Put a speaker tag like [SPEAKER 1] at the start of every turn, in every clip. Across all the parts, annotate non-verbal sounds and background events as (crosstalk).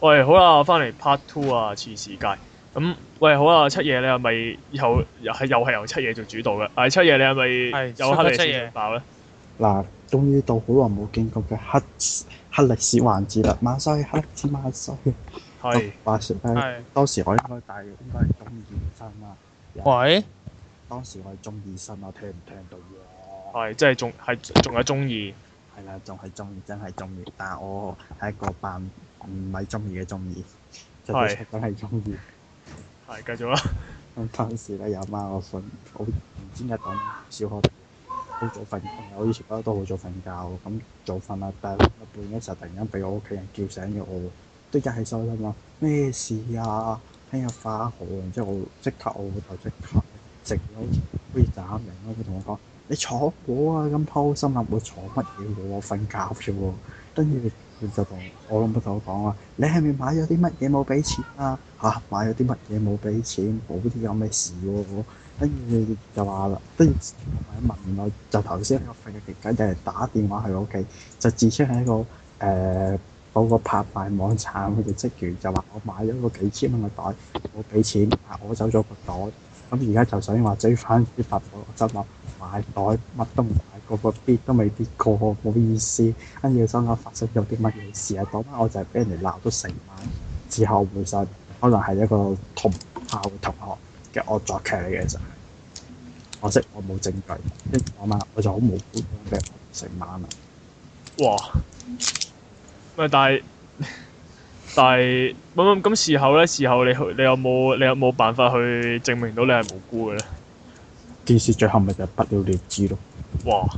[SPEAKER 1] 喂，好啦，翻嚟 part two 啊，次世界。咁、喂，好啦，七夜你係咪以後又係又係由七夜做主導嘅？係七夜你係咪
[SPEAKER 2] 係
[SPEAKER 1] 有黑歷
[SPEAKER 2] Super 七
[SPEAKER 1] 史
[SPEAKER 2] 夜
[SPEAKER 1] 想爆咧？
[SPEAKER 3] 嗱，終於到好耐冇見過嘅黑黑歷史環節啦！萬歲，黑歷史萬歲！
[SPEAKER 1] 係
[SPEAKER 3] (laughs) 話説咧，
[SPEAKER 2] 係。
[SPEAKER 3] 當時我應該大約應該係中二生啦。
[SPEAKER 2] 喂，
[SPEAKER 3] 當時我係中二生，我聽唔聽到嘢？
[SPEAKER 1] 係，即係仲係仲有中意。
[SPEAKER 3] 係啦，仲係中二，真係中二，但係我係一個扮唔係中二嘅中二，就
[SPEAKER 1] 係
[SPEAKER 3] 係真係中二。
[SPEAKER 1] 係繼續啦。 (laughs)
[SPEAKER 3] 咁當時咧，有晚我瞓，好唔知點解講小學好早瞓，我以前不嬲都好早瞓覺，咁早瞓啦，但係一半嘅時候突然間俾我屋企人叫醒咗我，都一起身啦嘛，咩事啊？聽日化學，然之後我即刻我老豆即刻食咗杯斬明啦，佢同我講：你坐我啊！咁鋪心諗我坐乜嘢喎？我瞓覺啫喎。跟住佢就同我老母同我講話：你係咪買咗啲乜嘢冇俾錢啊？吓、買咗啲乜嘢冇俾錢？冇啲有咩事喎、跟住就話啦，跟住我一問我，就頭先喺度瞓嘅期間，有人打電話去我屋企，就自稱係一個誒嗰、個拍賣網站嘅職員，就話我買咗個幾千蚊嘅袋，冇俾錢，啊我走咗個袋，咁而家就想話追翻啲白袋，我心諗買袋乜都唔買過，個 bid 都未 bid 過，唔好意思，跟住心諗發生咗啲乜嘢事啊？當晚我就係俾人哋鬧到成晚，之後回信，可能係一個同校嘅同學。嘅惡作劇嚟嘅就係，可惜我冇證據，跟住我嘛，我就好無辜咁俾成晚啦。
[SPEAKER 1] 哇！喂，但係 (laughs) 但係咁咁咁事後咧，事後你去你有冇你有冇辦法去證明到你係無辜嘅咧？
[SPEAKER 3] 件事最後咪就不了了之咯。
[SPEAKER 1] 哇！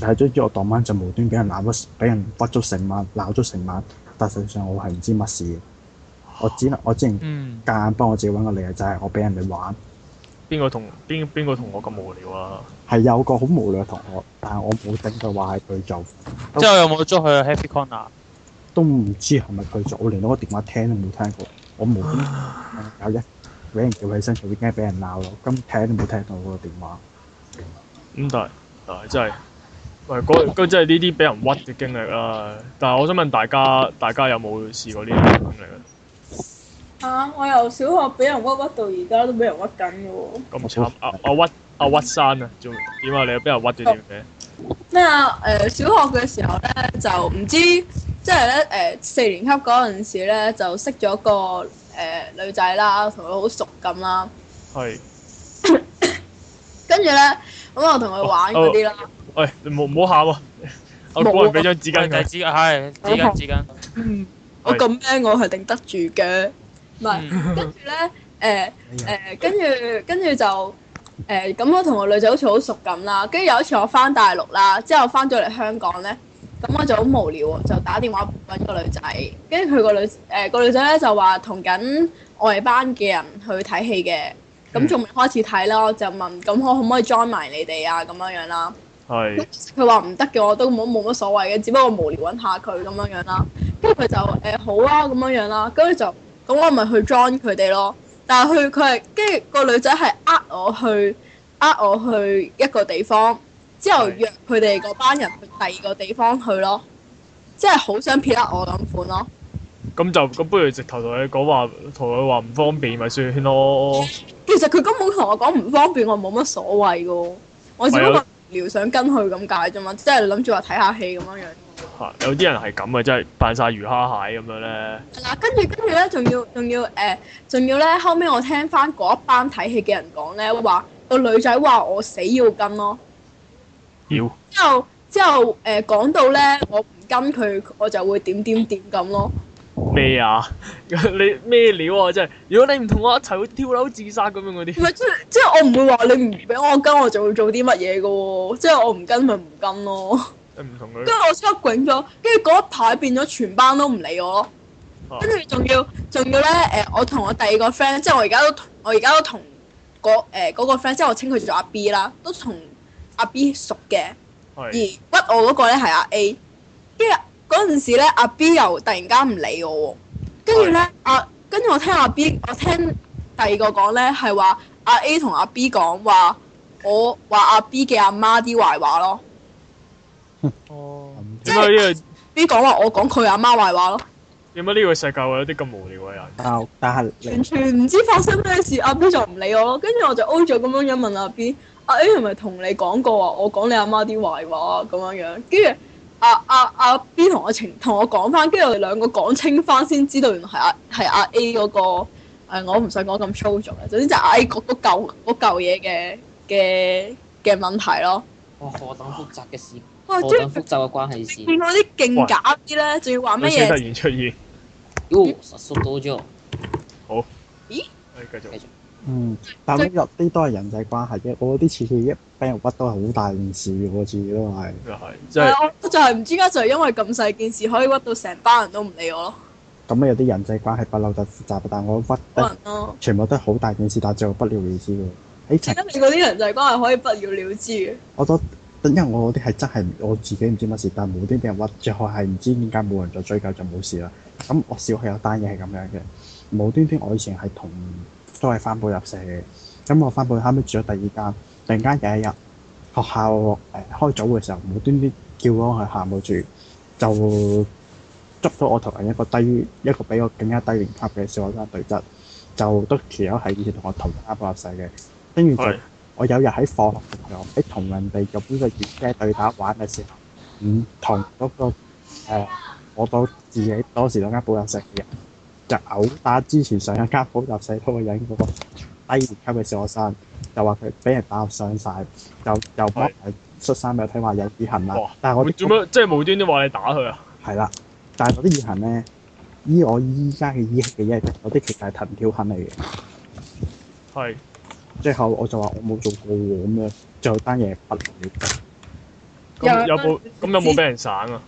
[SPEAKER 3] 就係總之我當晚就無端俾人鬧咗，俾人屈咗成晚，鬧咗成晚。但實際上我係唔知乜事嘅，我只能我之前
[SPEAKER 2] 嗯，
[SPEAKER 3] 夾硬幫我自己揾個理由，就係、我俾人哋玩。
[SPEAKER 1] 邊個同邊邊個同我咁無聊啊？
[SPEAKER 3] 係有個好無聊嘅同學，但係我冇證據話係佢做，
[SPEAKER 2] 之後有冇捉佢去 Happy Corner？
[SPEAKER 3] 都唔知係咪佢做。我連攞個電話聽都冇聽過，我無端有一俾人叫起身，就已經俾人鬧咯。咁聽都冇聽到嗰個電話。
[SPEAKER 1] 咁但係但係真係，喂嗰嗰真係呢啲俾人屈嘅經歷啦。但係我想問大家，大家有冇試過呢啲經歷啊？
[SPEAKER 4] 啊！我由小學俾人屈屈到而家都俾人屈緊嘅喎。
[SPEAKER 1] 咁慘，阿阿屈阿屈山啊，仲點啊？你又俾人屈咗啲
[SPEAKER 4] 哦
[SPEAKER 1] 咩？
[SPEAKER 4] 咩啊？誒、小學嘅時候咧，就唔知即係咧誒四年級嗰陣時咧，就識咗個誒、女仔啦，同佢好熟咁啦。
[SPEAKER 1] 係，
[SPEAKER 4] 跟住咧，咁我同佢玩嗰啲啦。
[SPEAKER 1] 喂，你唔好唔好喊啊！ (laughs) 我
[SPEAKER 4] 冇啊
[SPEAKER 1] 個人俾張紙巾
[SPEAKER 2] 係
[SPEAKER 1] 佢，
[SPEAKER 2] 紙巾，係紙巾紙巾。
[SPEAKER 4] 嗯，我咁咩我係頂得住嘅。唔係，
[SPEAKER 2] 嗯
[SPEAKER 4] 跟住咧誒。誒、跟住跟住就誒，咁、我同個女仔好似好熟咁啦。跟住有一次我翻大陸啦，之後翻咗嚟香港咧，咁我就好無聊喎，就打電話揾個女仔。跟住佢個女誒、呃個女仔咧就話同緊外班嘅人去睇戲嘅，咁仲未開始睇啦，我就問咁我可唔可以 join 埋你哋啊咁樣樣啦。
[SPEAKER 1] 係
[SPEAKER 4] 佢話唔得嘅，我都冇冇乜所謂嘅，只不過無聊揾下佢咁樣樣啦。跟住佢就誒、好啊咁樣樣啦，跟住就咁我咪去 join 佢哋咯。但係佢佢係跟住個女仔係呃我去呃我去一個地方，之後
[SPEAKER 1] 係
[SPEAKER 4] 約佢哋嗰班人去第二個地方去咯，即係好想撇呃我咁款咯。
[SPEAKER 1] 咁就咁，不如直頭同佢講話，同佢話唔方便咪算咯。
[SPEAKER 4] 其實佢根本同我講唔方便，我冇乜所謂嘅喎，我只不
[SPEAKER 1] 係啊
[SPEAKER 4] 過無聊想跟佢咁解啫嘛，即係諗住話睇下戲咁樣樣。
[SPEAKER 1] 嚇有啲人係咁啊，真係扮晒魚蝦蟹咁樣咧。
[SPEAKER 4] 係啦，跟住跟住咧，仲要仲要誒，呃仲、要咧，後尾我聽翻嗰一班睇戲嘅人講咧，話個女仔話我死要跟咯，
[SPEAKER 1] 妖
[SPEAKER 4] 之後之後誒、呃、講到咧，我唔跟佢，我就會點點點咁咯。
[SPEAKER 1] 咩啊？ (laughs) 你咩料啊？真係，如果你唔同我一齊，會跳樓自殺咁樣嗰啲
[SPEAKER 4] 唔。係即係即係我唔會話你唔俾我跟，我就會做啲乜嘢嘅喎，即係我唔跟咪唔跟咯。
[SPEAKER 1] 唔同
[SPEAKER 4] 跟
[SPEAKER 1] 佢
[SPEAKER 4] 住我即刻滾咗，跟住嗰一排變咗全班都唔理我咯。
[SPEAKER 1] 啊
[SPEAKER 4] 跟住仲要仲要咧誒、呃我同我第二個 friend，即係我而家都同我而家都同嗰誒嗰個 friend，即係我稱佢做阿 B 啦，都同阿 B 熟嘅，而
[SPEAKER 1] 係
[SPEAKER 4] 屈我嗰個咧係阿 A。跟住嗰陣時咧，阿 B 又突然間唔理我喎，跟住咧阿跟住我聽阿 B，我聽第二個講咧係話阿 A 同阿 B 講話，我話阿 B 嘅阿媽啲壞話咯
[SPEAKER 2] 哦，
[SPEAKER 1] 點解呢個
[SPEAKER 4] ，B 講話我講佢阿媽壞話咯。
[SPEAKER 1] 呢點解呢個世界會有啲咁無聊嘅人？
[SPEAKER 3] 但係但係你
[SPEAKER 4] 完全唔知發生咩事，阿 B 就唔理我咯。跟住我就 O 咗咁樣樣問阿 B，阿 A 係咪同你講過啊？我講你阿媽啲壞話啊咁樣樣。跟住阿阿阿 B 同我情同我講翻，跟住我哋兩個講清翻先知道原來係阿係阿 A 嗰、個、呃我唔想講咁粗俗嘅，總之就係阿 A 嗰嗰嚿嗰嚿嘢嘅嘅嘅問題咯。
[SPEAKER 5] 哇！何哦等複雜嘅事，
[SPEAKER 4] 哇！
[SPEAKER 5] 何
[SPEAKER 4] 哦即係
[SPEAKER 5] 等複雜嘅關係事。
[SPEAKER 4] 見嗰啲勁假啲咧，仲要話乜
[SPEAKER 1] 女死突
[SPEAKER 4] 嘢？
[SPEAKER 1] 然出現，
[SPEAKER 5] 喲，實縮到咗。
[SPEAKER 1] 係哎繼續。
[SPEAKER 3] 嗯，但呢個呢都係人際關係啫。我啲次次一俾人屈都係好大件事嘅，我自己都係。
[SPEAKER 1] 又係，即
[SPEAKER 4] 係
[SPEAKER 1] 係
[SPEAKER 4] 啊我我就係唔知點解就係因為咁細件事可以屈到成班人都唔理我咯，
[SPEAKER 3] 咁有啲人際關係不嬲就複雜，但我屈
[SPEAKER 4] 可
[SPEAKER 3] 得
[SPEAKER 4] 能咯。
[SPEAKER 3] 全部都係好大件事，但最後不了了之嘅。誒、
[SPEAKER 4] 最
[SPEAKER 3] 曾
[SPEAKER 4] 得你嗰啲人就係關係可以不了了之嘅，
[SPEAKER 3] 我都因為我嗰啲係真係我自己唔知乜事，但無端俾人屈，最後係唔知點解冇人再追究就冇事啦。咁我小學有單嘢係咁樣嘅，無端端我以前係同都係翻報入社嘅，咁我翻報後尾住咗第二間，突然間有一日學校誒、呃、開早會嘅時候，無端端叫我去校務處，就捉到我同另一個低於一個比我更加低年級嘅小學生對質，就都條友係以前同我同班報入社嘅，跟住就
[SPEAKER 1] 係。
[SPEAKER 3] 我有日喺放學嘅時候，喺同人哋用呢個越車對打玩嘅時候，唔同嗰、個、呃、我到自己當時嗰間補習社嘅人，就毆打之前上一間補習社嗰個人嗰個低年級嘅小學生，就話佢俾人打傷晒，就就幫人恤衫俾我睇話有耳痕啦
[SPEAKER 1] 哇。
[SPEAKER 3] 但係我
[SPEAKER 1] 會
[SPEAKER 3] 啲
[SPEAKER 1] 做乜？即係無端端話你打佢啊？
[SPEAKER 3] 係啦，但係我啲耳痕咧，依我依家嘅醫嘅嘢，我啲其實係藤條痕嚟嘅。
[SPEAKER 1] 係
[SPEAKER 3] 最後我就話我冇做過喎咁樣，最後單嘢不了了之。
[SPEAKER 1] 咁有
[SPEAKER 4] 有
[SPEAKER 1] 冇咁有冇俾人省啊？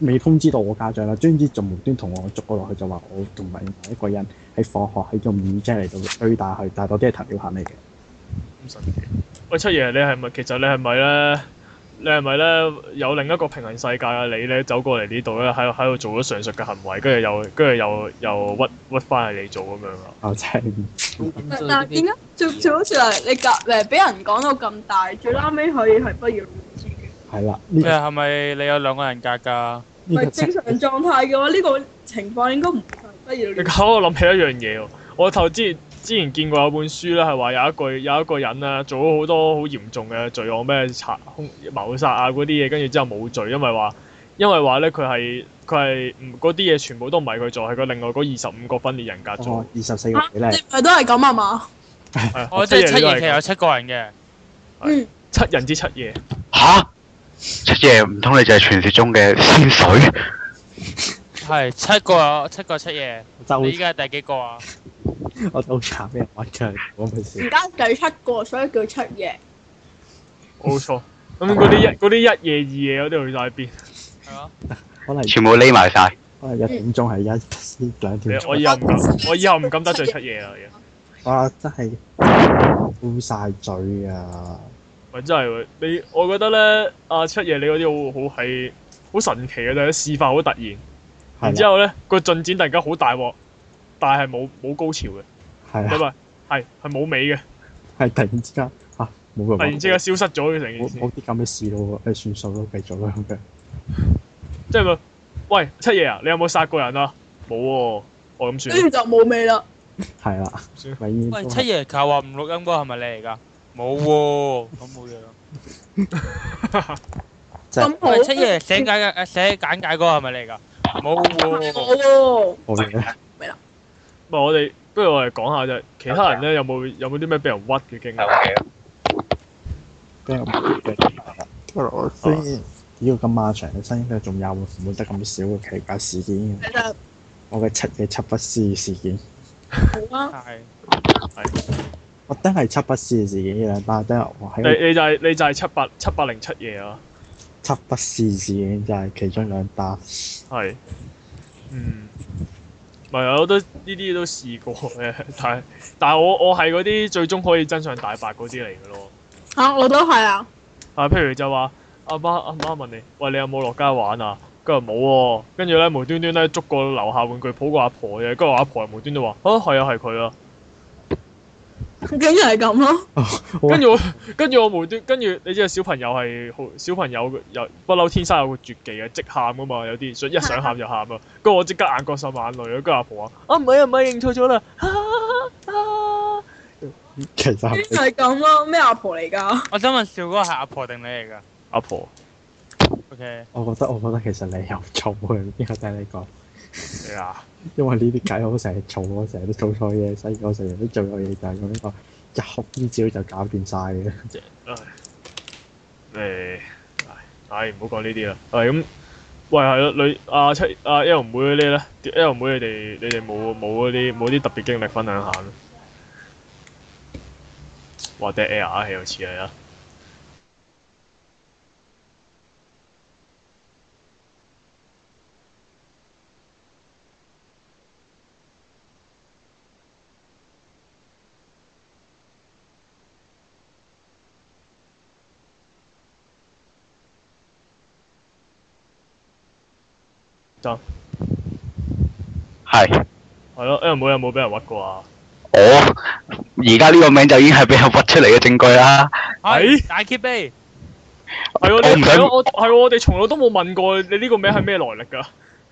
[SPEAKER 3] 未通知到我家長啦，總之就無端同我捉我落去，就話我同埋另外一個人喺放學喺用面遮嚟到追打佢，但係嗰啲係藤條痕嚟嘅。
[SPEAKER 1] 咁神奇！喂，七爺，你係咪其實你係咪咧？你係咪咧有另一個平行世界嘅你咧走過嚟呢度咧，喺度喺度做咗上述嘅行為，跟住又跟住又又屈屈翻係你做咁樣啊？
[SPEAKER 3] 啊，真係
[SPEAKER 4] 但但係點解最最好似係你隔誒俾人講到咁大，最拉尾可以係不了了之嘅，
[SPEAKER 3] 係啦，呢、
[SPEAKER 2] 咩
[SPEAKER 3] 個
[SPEAKER 2] 係咪你有兩個人格㗎？
[SPEAKER 3] 呢、
[SPEAKER 4] 咪
[SPEAKER 3] 個
[SPEAKER 4] 正常狀態嘅話，呢個情況應該唔係不了
[SPEAKER 1] 你
[SPEAKER 4] 了之。
[SPEAKER 1] 搞我諗起一樣嘢喎， (laughs) 我頭之之前見過有本書咧，係話有一句有一個人啊，做咗好多好嚴重嘅罪案，咩殺、兇謀殺啊嗰啲嘢，跟住之後冇罪，因為話因為話咧佢係佢係唔嗰啲嘢全部都唔係佢做，係佢另外嗰二十五個分裂人格做
[SPEAKER 3] 哦。二十四個
[SPEAKER 4] 啊
[SPEAKER 3] 比
[SPEAKER 4] 你
[SPEAKER 3] 例，
[SPEAKER 4] 咪都係咁啊嘛？
[SPEAKER 1] 係啊
[SPEAKER 2] 我哦即係七
[SPEAKER 1] 都
[SPEAKER 2] 爺
[SPEAKER 1] 係
[SPEAKER 2] 其實有七個人嘅。
[SPEAKER 4] 嗯，
[SPEAKER 1] 七人之七夜，
[SPEAKER 6] 吓？七爺唔通你就係傳説中嘅仙水？
[SPEAKER 2] 係七個，七個七爺。
[SPEAKER 3] 就
[SPEAKER 2] 你依家係第幾個啊？
[SPEAKER 3] 我就好慘俾人揾出嚟講佢
[SPEAKER 4] 而
[SPEAKER 3] 笑。
[SPEAKER 4] 家第七個，所以叫七夜。
[SPEAKER 1] 冇錯。咁嗰啲一嗰啲一夜二夜嗰啲去晒邊？
[SPEAKER 2] 係啊，
[SPEAKER 3] 可能
[SPEAKER 6] 全部匿埋晒。
[SPEAKER 3] 可能一點鐘係一先兩條
[SPEAKER 1] 你我以後唔敢，我以後唔敢得罪七夜啦。啊而家
[SPEAKER 3] 哇，真係烏晒嘴啊！
[SPEAKER 1] 喂，真係喎你，我覺得咧，阿七爺你嗰啲好好係好神奇嘅，就係事發好突然，然
[SPEAKER 3] 係
[SPEAKER 1] 之
[SPEAKER 3] 啦，
[SPEAKER 1] 後咧個進展突然間好大鑊，但係冇冇高潮嘅，
[SPEAKER 3] 係
[SPEAKER 1] 因
[SPEAKER 3] 啦，
[SPEAKER 1] 為係係冇尾嘅，
[SPEAKER 3] 係突然之間啊，冇嘅話
[SPEAKER 1] 突然之間消失咗嘅成件
[SPEAKER 3] 冇
[SPEAKER 1] 事，
[SPEAKER 3] 冇啲咁嘅事咯喎，誒算數咯，繼續啦咁樣。
[SPEAKER 1] 即係咪喂七爺啊，你有冇殺過人啊？冇喎、我咁
[SPEAKER 4] 跟
[SPEAKER 3] 嗯
[SPEAKER 1] 算，
[SPEAKER 4] 住就冇味啦。
[SPEAKER 3] 係啦，
[SPEAKER 1] 算
[SPEAKER 3] 永遠
[SPEAKER 2] 喂，
[SPEAKER 3] 都
[SPEAKER 2] 七
[SPEAKER 3] 係
[SPEAKER 2] 爺求話唔錄音嗰個係咪你嚟㗎？冇喎，咁冇嘢啦。
[SPEAKER 3] 即係
[SPEAKER 4] 咁好，
[SPEAKER 2] 喂，七爺寫解嘅誒呃寫簡介嗰個係咪你嚟㗎？冇
[SPEAKER 4] 係
[SPEAKER 2] 喎。
[SPEAKER 4] 我喎。
[SPEAKER 3] 我嘅。
[SPEAKER 1] 唔係我哋不如我哋講下就係其他人咧有冇有冇啲咩俾人屈嘅經歷？
[SPEAKER 3] 即係我雖然呢個咁漫長嘅生涯，仲有唔會得咁少嘅奇怪事件。
[SPEAKER 4] 其實
[SPEAKER 3] 我嘅七嘢七不思議事件，
[SPEAKER 4] 好啦，
[SPEAKER 2] 係。
[SPEAKER 3] 我真係七不思議事件呢兩單，真係我
[SPEAKER 1] 你
[SPEAKER 3] 喺
[SPEAKER 1] 你就係、你就係七百七百零七夜啊！
[SPEAKER 3] 七不思議事件就係其中兩 (laughs) 單。
[SPEAKER 1] 係，嗯，唔係啊，我都呢啲都試過嘅， (laughs) 但係但係我我係嗰啲最終可以真相大白嗰啲嚟嘅咯。
[SPEAKER 4] 嚇我都係啊。
[SPEAKER 1] 啊，譬如就話阿媽阿媽問你，喂，你有冇落街玩啊？跟住冇喎，跟住咧無端端咧捉個樓下玩具鋪個阿婆嘅，跟住我阿婆又無端端話，啊係啊係佢啊，
[SPEAKER 4] 竟然係咁咯。
[SPEAKER 1] 跟住我， (laughs) 跟住我無端，跟住你知啊，小朋友係好，小朋友有不嬲天生有個絕技嘅，即喊噶嘛，有啲想一想喊就喊啊。跟住我即刻眼角滲眼淚啊，跟住阿婆話：啊唔係啊唔係，認錯咗啦！ (laughs) 啊啊
[SPEAKER 3] 其實
[SPEAKER 4] 竟
[SPEAKER 3] 係
[SPEAKER 4] 然係咁咯，咩阿婆嚟㗎？
[SPEAKER 2] 我想問笑嗰個係阿婆定你嚟㗎
[SPEAKER 1] 阿婆，
[SPEAKER 2] ？OK，
[SPEAKER 3] 我覺得我覺得其實你有做嘅，邊個聽你講？
[SPEAKER 1] 你啊，
[SPEAKER 3] 因為呢啲解我成日做，我成日都做錯嘢，所以我成日都做錯嘢，就係用呢個一學依招就搞掂晒
[SPEAKER 1] (laughs) 誒，
[SPEAKER 3] 嘅。
[SPEAKER 1] 唉，唔好講呢啲啦。係咁，喂係咯，女阿七阿 L 妹嗰啲咧，L 妹你哋你哋冇冇嗰啲冇啲特別經歷分享下咩？或者 L 啊，又似係啊。
[SPEAKER 6] 係
[SPEAKER 1] 係咯，L 妹有冇俾人屈過啊？
[SPEAKER 6] 我而家呢個名就已經係俾人屈出嚟嘅證據啦。
[SPEAKER 1] 係
[SPEAKER 2] 係大 K 杯，
[SPEAKER 1] 係喎，
[SPEAKER 6] 我
[SPEAKER 1] 你
[SPEAKER 6] 唔
[SPEAKER 1] 係
[SPEAKER 6] 想
[SPEAKER 1] 喎我係喎我哋從來都冇問過你呢個名係咩來歷㗎？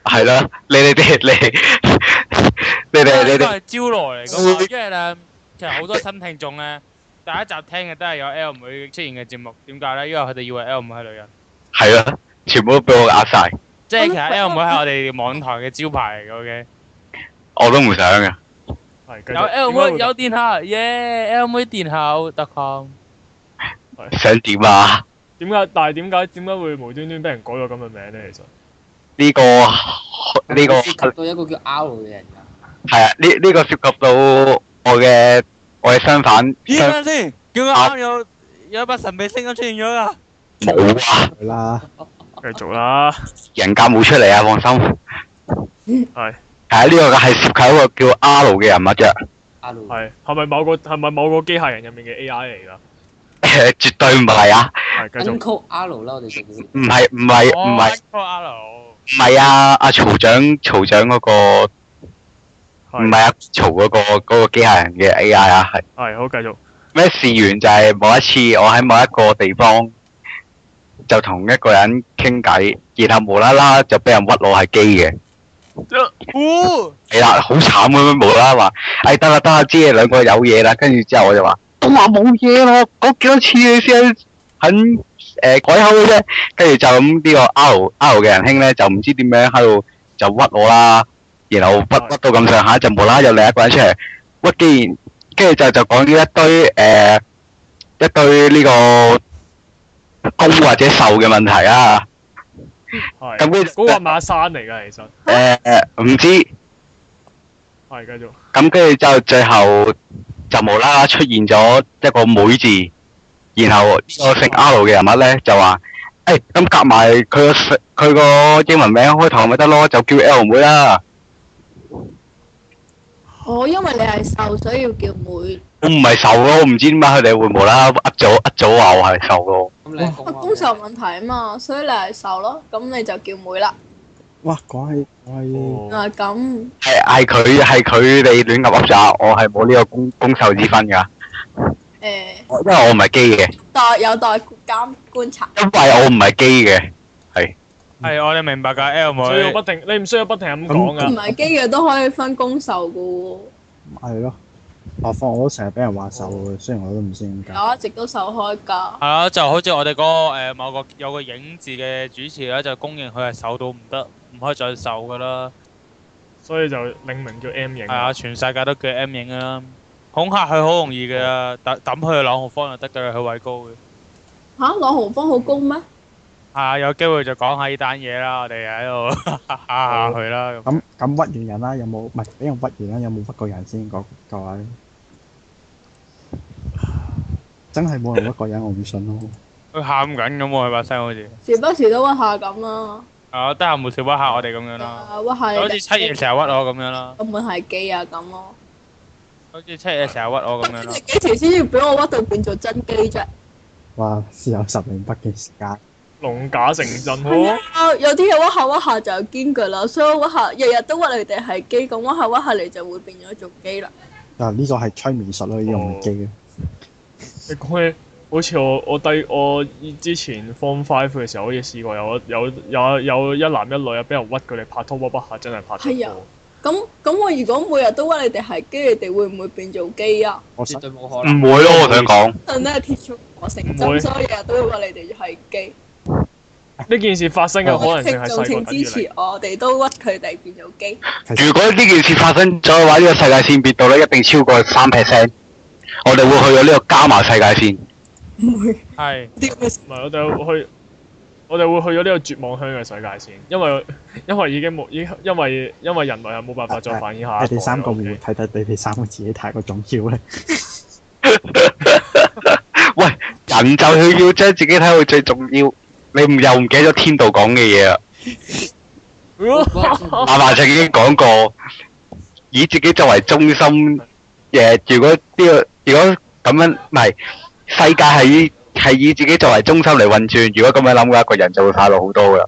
[SPEAKER 6] 係啦，你哋啲你你哋你
[SPEAKER 2] 呢個
[SPEAKER 6] 哋
[SPEAKER 2] 係招來嚟㗎嘛，因為咧其實好多新聽眾咧，第一集聽嘅都係有 L 妹出現嘅節目，點解咧？因為佢哋以為 L 妹係女人，
[SPEAKER 6] 係啦，全部都俾我壓呃晒，
[SPEAKER 2] 即係其實 L 妹係我哋網台嘅招牌嚟嘅。OK。
[SPEAKER 6] 我都唔想嘅。
[SPEAKER 1] 係繼
[SPEAKER 2] 有
[SPEAKER 1] 續點解會
[SPEAKER 2] L 妹有電校，耶！L 妹電校 .com
[SPEAKER 6] 想點啊？
[SPEAKER 1] 點解？但係點解點解會無端端俾人改咗咁嘅名咧？其實
[SPEAKER 6] 呢、個呢、個
[SPEAKER 5] 涉及到一個叫 R 嘅人㗎。
[SPEAKER 6] 係啊，呢呢個涉及到我嘅我嘅相反
[SPEAKER 2] 咦？
[SPEAKER 6] 相
[SPEAKER 2] 等陣先，叫我啱有有一把神秘聲音出現咗啦！
[SPEAKER 6] 冇啊，
[SPEAKER 3] 佢啦，
[SPEAKER 1] 繼續啦，
[SPEAKER 6] 人格冇出嚟啊，放心。
[SPEAKER 1] 係
[SPEAKER 6] 係啊，呢、個係涉及一個叫 R 嘅人物啫， (laughs)
[SPEAKER 5] R
[SPEAKER 1] 係
[SPEAKER 5] 係
[SPEAKER 1] 係咪某個係咪某個機械人入面嘅 AI 嚟㗎？
[SPEAKER 6] 絕對唔係啊，
[SPEAKER 1] 係繼續
[SPEAKER 5] Uncle R 啦，我哋就叫
[SPEAKER 6] 唔係唔係唔係
[SPEAKER 2] 哦，Uncle R，
[SPEAKER 6] 唔係啊，阿曹長曹長嗰、個唔係
[SPEAKER 1] 係
[SPEAKER 6] 啊，曹嗰、個嗰、個機械人嘅 AI 啊，係
[SPEAKER 1] 係好繼續
[SPEAKER 6] 咩事源就係某一次我喺某一個地方就同一個人傾偈，然後無啦啦就俾人屈我係基嘅。
[SPEAKER 2] 哦，
[SPEAKER 6] 係啦，好慘咁樣無啦啦話，哎得啦得啦，知你兩個有嘢啦，跟住之後我就話都話冇嘢咯，講幾多次你先肯誒、呃改口嘅啫，跟住就咁呢個 R R 嘅人兄咧就唔知點樣喺度就屈我啦，然後屈屈到咁上下就無啦啦有另一個人出嚟屈，既然跟住就就講咗一堆誒、呃一堆呢個高或者瘦嘅問題啊啦，
[SPEAKER 1] 係咁
[SPEAKER 6] 咁跟住
[SPEAKER 1] 嗰個係馬山嚟㗎，其實
[SPEAKER 6] 誒誒呃唔知。
[SPEAKER 1] 係繼續
[SPEAKER 6] 咁跟住就最後就無啦啦出現咗一個妹字，然後呢個姓 R 嘅人物咧就話：，誒、咁夾埋佢個姓佢個英文名開頭咪得咯，就叫 L 妹啦。
[SPEAKER 4] 我哦因為你係瘦，所以要叫妹。
[SPEAKER 6] 我唔係瘦咯，我唔知點解佢哋會無啦啦呃咗呃咗話我係瘦咯。
[SPEAKER 5] 咁你講
[SPEAKER 4] 我
[SPEAKER 5] 啊
[SPEAKER 4] 攻受問題啊嘛，所以你係瘦咯，咁你就叫妹啦。
[SPEAKER 3] 哇！講起講起
[SPEAKER 1] 哦
[SPEAKER 4] 啊咁，
[SPEAKER 6] 係係佢係佢哋亂噏噏咋，我係冇呢個攻攻受之分㗎，
[SPEAKER 4] 誒
[SPEAKER 6] 我因為我唔係基嘅，
[SPEAKER 4] 待有待監觀察。
[SPEAKER 6] 因為我唔係基嘅，
[SPEAKER 2] 係我哋明白㗎，L 妹。
[SPEAKER 1] 所以我不停你唔需要不停咁講
[SPEAKER 4] 唔
[SPEAKER 1] 㗎，
[SPEAKER 4] 係機嘅都可以分攻受噶喎，
[SPEAKER 3] 係咯，何況我都成日俾人話手嘅，雖然我都唔知點解。
[SPEAKER 4] 我一直都受開㗎。
[SPEAKER 2] 係啊，就好似我哋嗰個誒某個有個影字嘅主持咧，就公認佢係瘦到唔得，唔可以再瘦㗎啦。
[SPEAKER 1] 所以就令名叫 M 型
[SPEAKER 2] 係啊，全世界都叫 M 影㗎啦，恐嚇佢好容易㗎，抌抌佢去朗豪坊就得㗎啦，佢位高嘅。
[SPEAKER 4] 吓，朗豪坊好高咩？
[SPEAKER 2] 係啊，有機會就講下呢單嘢啦，我哋 (laughs) 喺度哈哈下佢啦。咁
[SPEAKER 3] 咁咁屈完人啦，有冇唔係俾人屈完啦？有冇屈過人先？各各位，真係冇人屈過人，我唔信咯。
[SPEAKER 2] 佢喊緊咁喎，佢把聲好似。
[SPEAKER 4] 時不時都屈下咁啦，
[SPEAKER 2] 啊，得閒冇事屈下我哋咁樣啦，
[SPEAKER 4] 啊屈下
[SPEAKER 2] 就
[SPEAKER 4] 你
[SPEAKER 2] 好似七爺成日
[SPEAKER 4] 哋
[SPEAKER 2] 屈我咁樣啦，
[SPEAKER 4] 根本係機啊咁咯。
[SPEAKER 2] 好似七爺成日屈我咁樣啦
[SPEAKER 4] 你。幾時先至俾我屈到變做真機啫？
[SPEAKER 3] 哇！是有十年不見時間，
[SPEAKER 1] 龍假成真
[SPEAKER 4] 係
[SPEAKER 1] 喎，
[SPEAKER 4] 啊，有啲嘢屈下屈下就堅決啦，所以我屈下日日都屈你哋係機，咁屈下屈下你就會變咗做機啦。
[SPEAKER 3] 嗱呢個係催眠術咯，呢個唔係機嘅。
[SPEAKER 1] 你講起好似我我低我之前 Form Five 嘅時候，好似試過有有有有一男一女啊，俾人屈佢哋拍拖屈屈下，真係拍咗
[SPEAKER 4] 係啊
[SPEAKER 1] 拖。
[SPEAKER 4] 咁咁我如果每日都屈你哋係機，你哋會唔會變做機啊？
[SPEAKER 3] 我
[SPEAKER 5] 絕
[SPEAKER 3] 想
[SPEAKER 5] 對冇可能。
[SPEAKER 6] 唔會咯，我想講。
[SPEAKER 4] 真係鐵柱我成
[SPEAKER 1] 唔會
[SPEAKER 4] 針，所以日日都會屈你哋係機。
[SPEAKER 1] 呢件事發生嘅可能性係細
[SPEAKER 4] 聽眾
[SPEAKER 1] 過
[SPEAKER 4] 請
[SPEAKER 1] 等於
[SPEAKER 4] 支
[SPEAKER 1] 零
[SPEAKER 4] 持。我哋都屈佢哋變做機。
[SPEAKER 3] 其實
[SPEAKER 6] 如果呢件事發生咗嘅話，呢、個世界線變到咧一定超過三 percent，我哋會去到呢個加埋世界線。
[SPEAKER 4] 唔會
[SPEAKER 2] 係
[SPEAKER 4] 啲咁嘅
[SPEAKER 1] 唔係，我哋去我哋會去咗呢個絕望鄉嘅世界線，因為因為已經冇，已經因為因為人類係冇辦法再繁衍下一代啦。
[SPEAKER 3] 你哋三個會唔
[SPEAKER 1] OK
[SPEAKER 3] 會睇睇你哋三個自己太過重要咧？
[SPEAKER 6] 喂，人就要要將自己睇到最重要。你唔又唔記得咗天道講嘅嘢啦？
[SPEAKER 5] 我
[SPEAKER 6] 阿華曾經講過，以自己作為中心。誒，如果呢、個如果咁樣唔係世界係以係以自己作為中心嚟運轉，如果咁樣諗嘅話，個人就會快樂好多噶啦。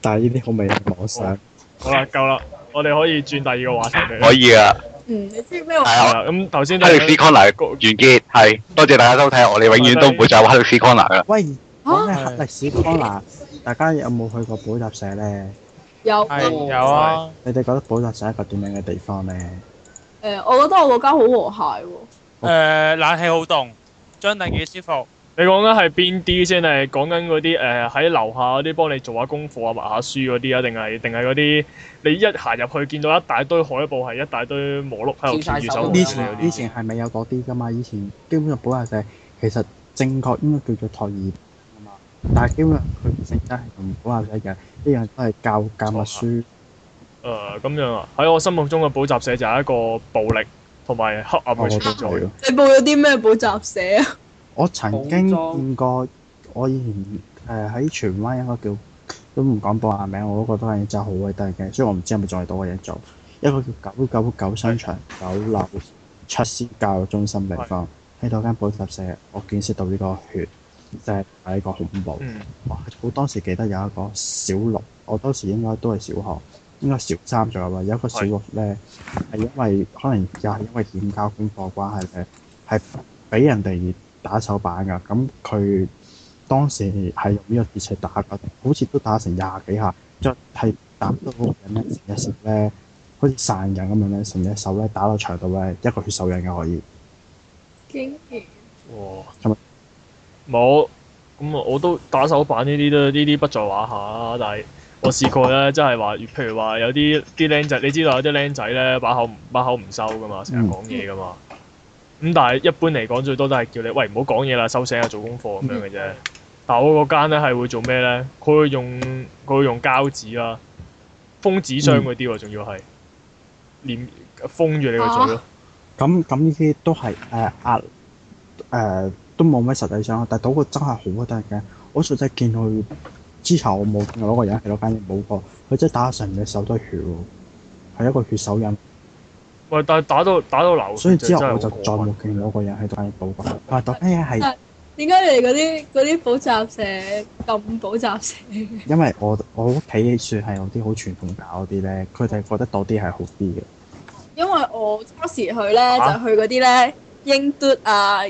[SPEAKER 3] 但係呢啲好明顯係妄想。
[SPEAKER 1] 好啦，夠啦，我哋可以轉第二個話題嚟啦。
[SPEAKER 6] 可以啊，
[SPEAKER 4] 嗯，你知咩
[SPEAKER 6] 係
[SPEAKER 4] 話？
[SPEAKER 1] 係
[SPEAKER 6] 啊。
[SPEAKER 1] 啦，咁頭先都
[SPEAKER 6] 哈利斯 Connor
[SPEAKER 1] 個
[SPEAKER 6] 完結，係多謝大家收睇，我哋永遠都唔會再玩哈利斯 Connor 噶啦。
[SPEAKER 3] 喂，講
[SPEAKER 4] 嚇
[SPEAKER 3] 咩黑歷史 corner？大家有冇去過補習社咧？
[SPEAKER 4] 有
[SPEAKER 2] 係有啊，
[SPEAKER 3] 你哋覺得補習社係一個點樣嘅地方咧？
[SPEAKER 4] 誒，我覺得我嗰間好和諧
[SPEAKER 2] 誒
[SPEAKER 4] 喎。
[SPEAKER 2] 冷氣好凍，張凳幾舒服，
[SPEAKER 1] 你講緊係邊啲先？係講緊嗰啲誒喺樓下嗰啲幫你做下功課啊、默下書嗰啲啊，定係定係嗰啲你一行入去見到一大堆海報，係一大堆磨碌喺度
[SPEAKER 5] 跳
[SPEAKER 1] 翹
[SPEAKER 5] 晒
[SPEAKER 1] 住
[SPEAKER 5] 手
[SPEAKER 1] 手
[SPEAKER 5] 呢
[SPEAKER 3] 以
[SPEAKER 1] 指
[SPEAKER 5] 啲
[SPEAKER 1] 住
[SPEAKER 5] 啊嘛
[SPEAKER 3] 前
[SPEAKER 1] 嗰
[SPEAKER 3] 以
[SPEAKER 1] 啲。
[SPEAKER 3] 前係咪有嗰啲噶嘛？以前基本上補習社其實正確應該叫做托兒啊嘛，但係基本上佢嘅性質係同補習社嘅一樣，都係教教默書。
[SPEAKER 1] 誒咁樣啊！喺我心目中嘅補習社就係一個暴力同埋黑暗
[SPEAKER 3] 哦我
[SPEAKER 1] 嘅
[SPEAKER 3] 覺
[SPEAKER 1] 存在。
[SPEAKER 3] 得
[SPEAKER 4] 你報咗啲咩補習社啊？
[SPEAKER 3] 我曾經見過，我以前誒喺荃灣一個叫都唔講報下名，我都覺得係真係好偉大嘅，雖然我唔知係咪仲係到嘅嘢做。一個叫九九九商場九樓卓思教育中心地方，喺到間補習社，我見識到呢個血，真係係一個恐怖。
[SPEAKER 1] 嗯，
[SPEAKER 3] 哇！我當時記得有一個小六，我當時應該都係小學，應該小三左右啦。有一個小六咧，係因為可能又係因為欠交功課關係咧，係俾人哋打手板㗎。咁佢當時係用呢個鐵尺打㗎，好似都打成廿幾下，再係打到個人咧成隻手咧，好似散人咁樣咧，成隻手咧打到牆度咧，一個血手印嘅可以。
[SPEAKER 4] 經驗
[SPEAKER 1] 哇！
[SPEAKER 3] 係咪
[SPEAKER 1] 哦冇咁啊！我都打手板呢啲都呢啲不在話下啊，但係我試過咧，真係話，譬如話有啲啲僆仔，你知道有啲僆仔咧把口唔把口唔收噶嘛，成
[SPEAKER 3] 嗯
[SPEAKER 1] 日講嘢噶嘛。咁但係一般嚟講，最多都係叫你喂唔好講嘢啦，收聲啊，做功課咁樣嘅啫。
[SPEAKER 3] 嗯
[SPEAKER 1] 但我嗰間咧係會做咩咧？佢會用佢會用膠紙啦，封紙箱嗰啲喎，仲要係連封住你個嘴咯。
[SPEAKER 3] 啊咁咁呢啲都係誒壓誒都冇咩實際上，但係嗰個真係好核突嘅。我實際見佢之後，我冇見過嗰個人係嗰間嘢冇過，佢真係打成隻手都係血喎，係一個血手印。
[SPEAKER 1] 喂，但係打到打到流血，
[SPEAKER 3] 所以之後我就
[SPEAKER 1] 真係好過
[SPEAKER 3] 再
[SPEAKER 1] 分
[SPEAKER 3] 冇見到嗰個人喺嗰間嘢冇過。啊但係當然係
[SPEAKER 4] 點解你哋嗰啲嗰啲補習社咁補習社嘅？
[SPEAKER 3] 因為我我屋企算係有啲好傳統搞嗰啲咧，佢哋覺得嗰啲係好啲嘅。
[SPEAKER 4] 因為我初時去咧
[SPEAKER 1] 啊
[SPEAKER 4] 就去嗰啲咧英嘟啊、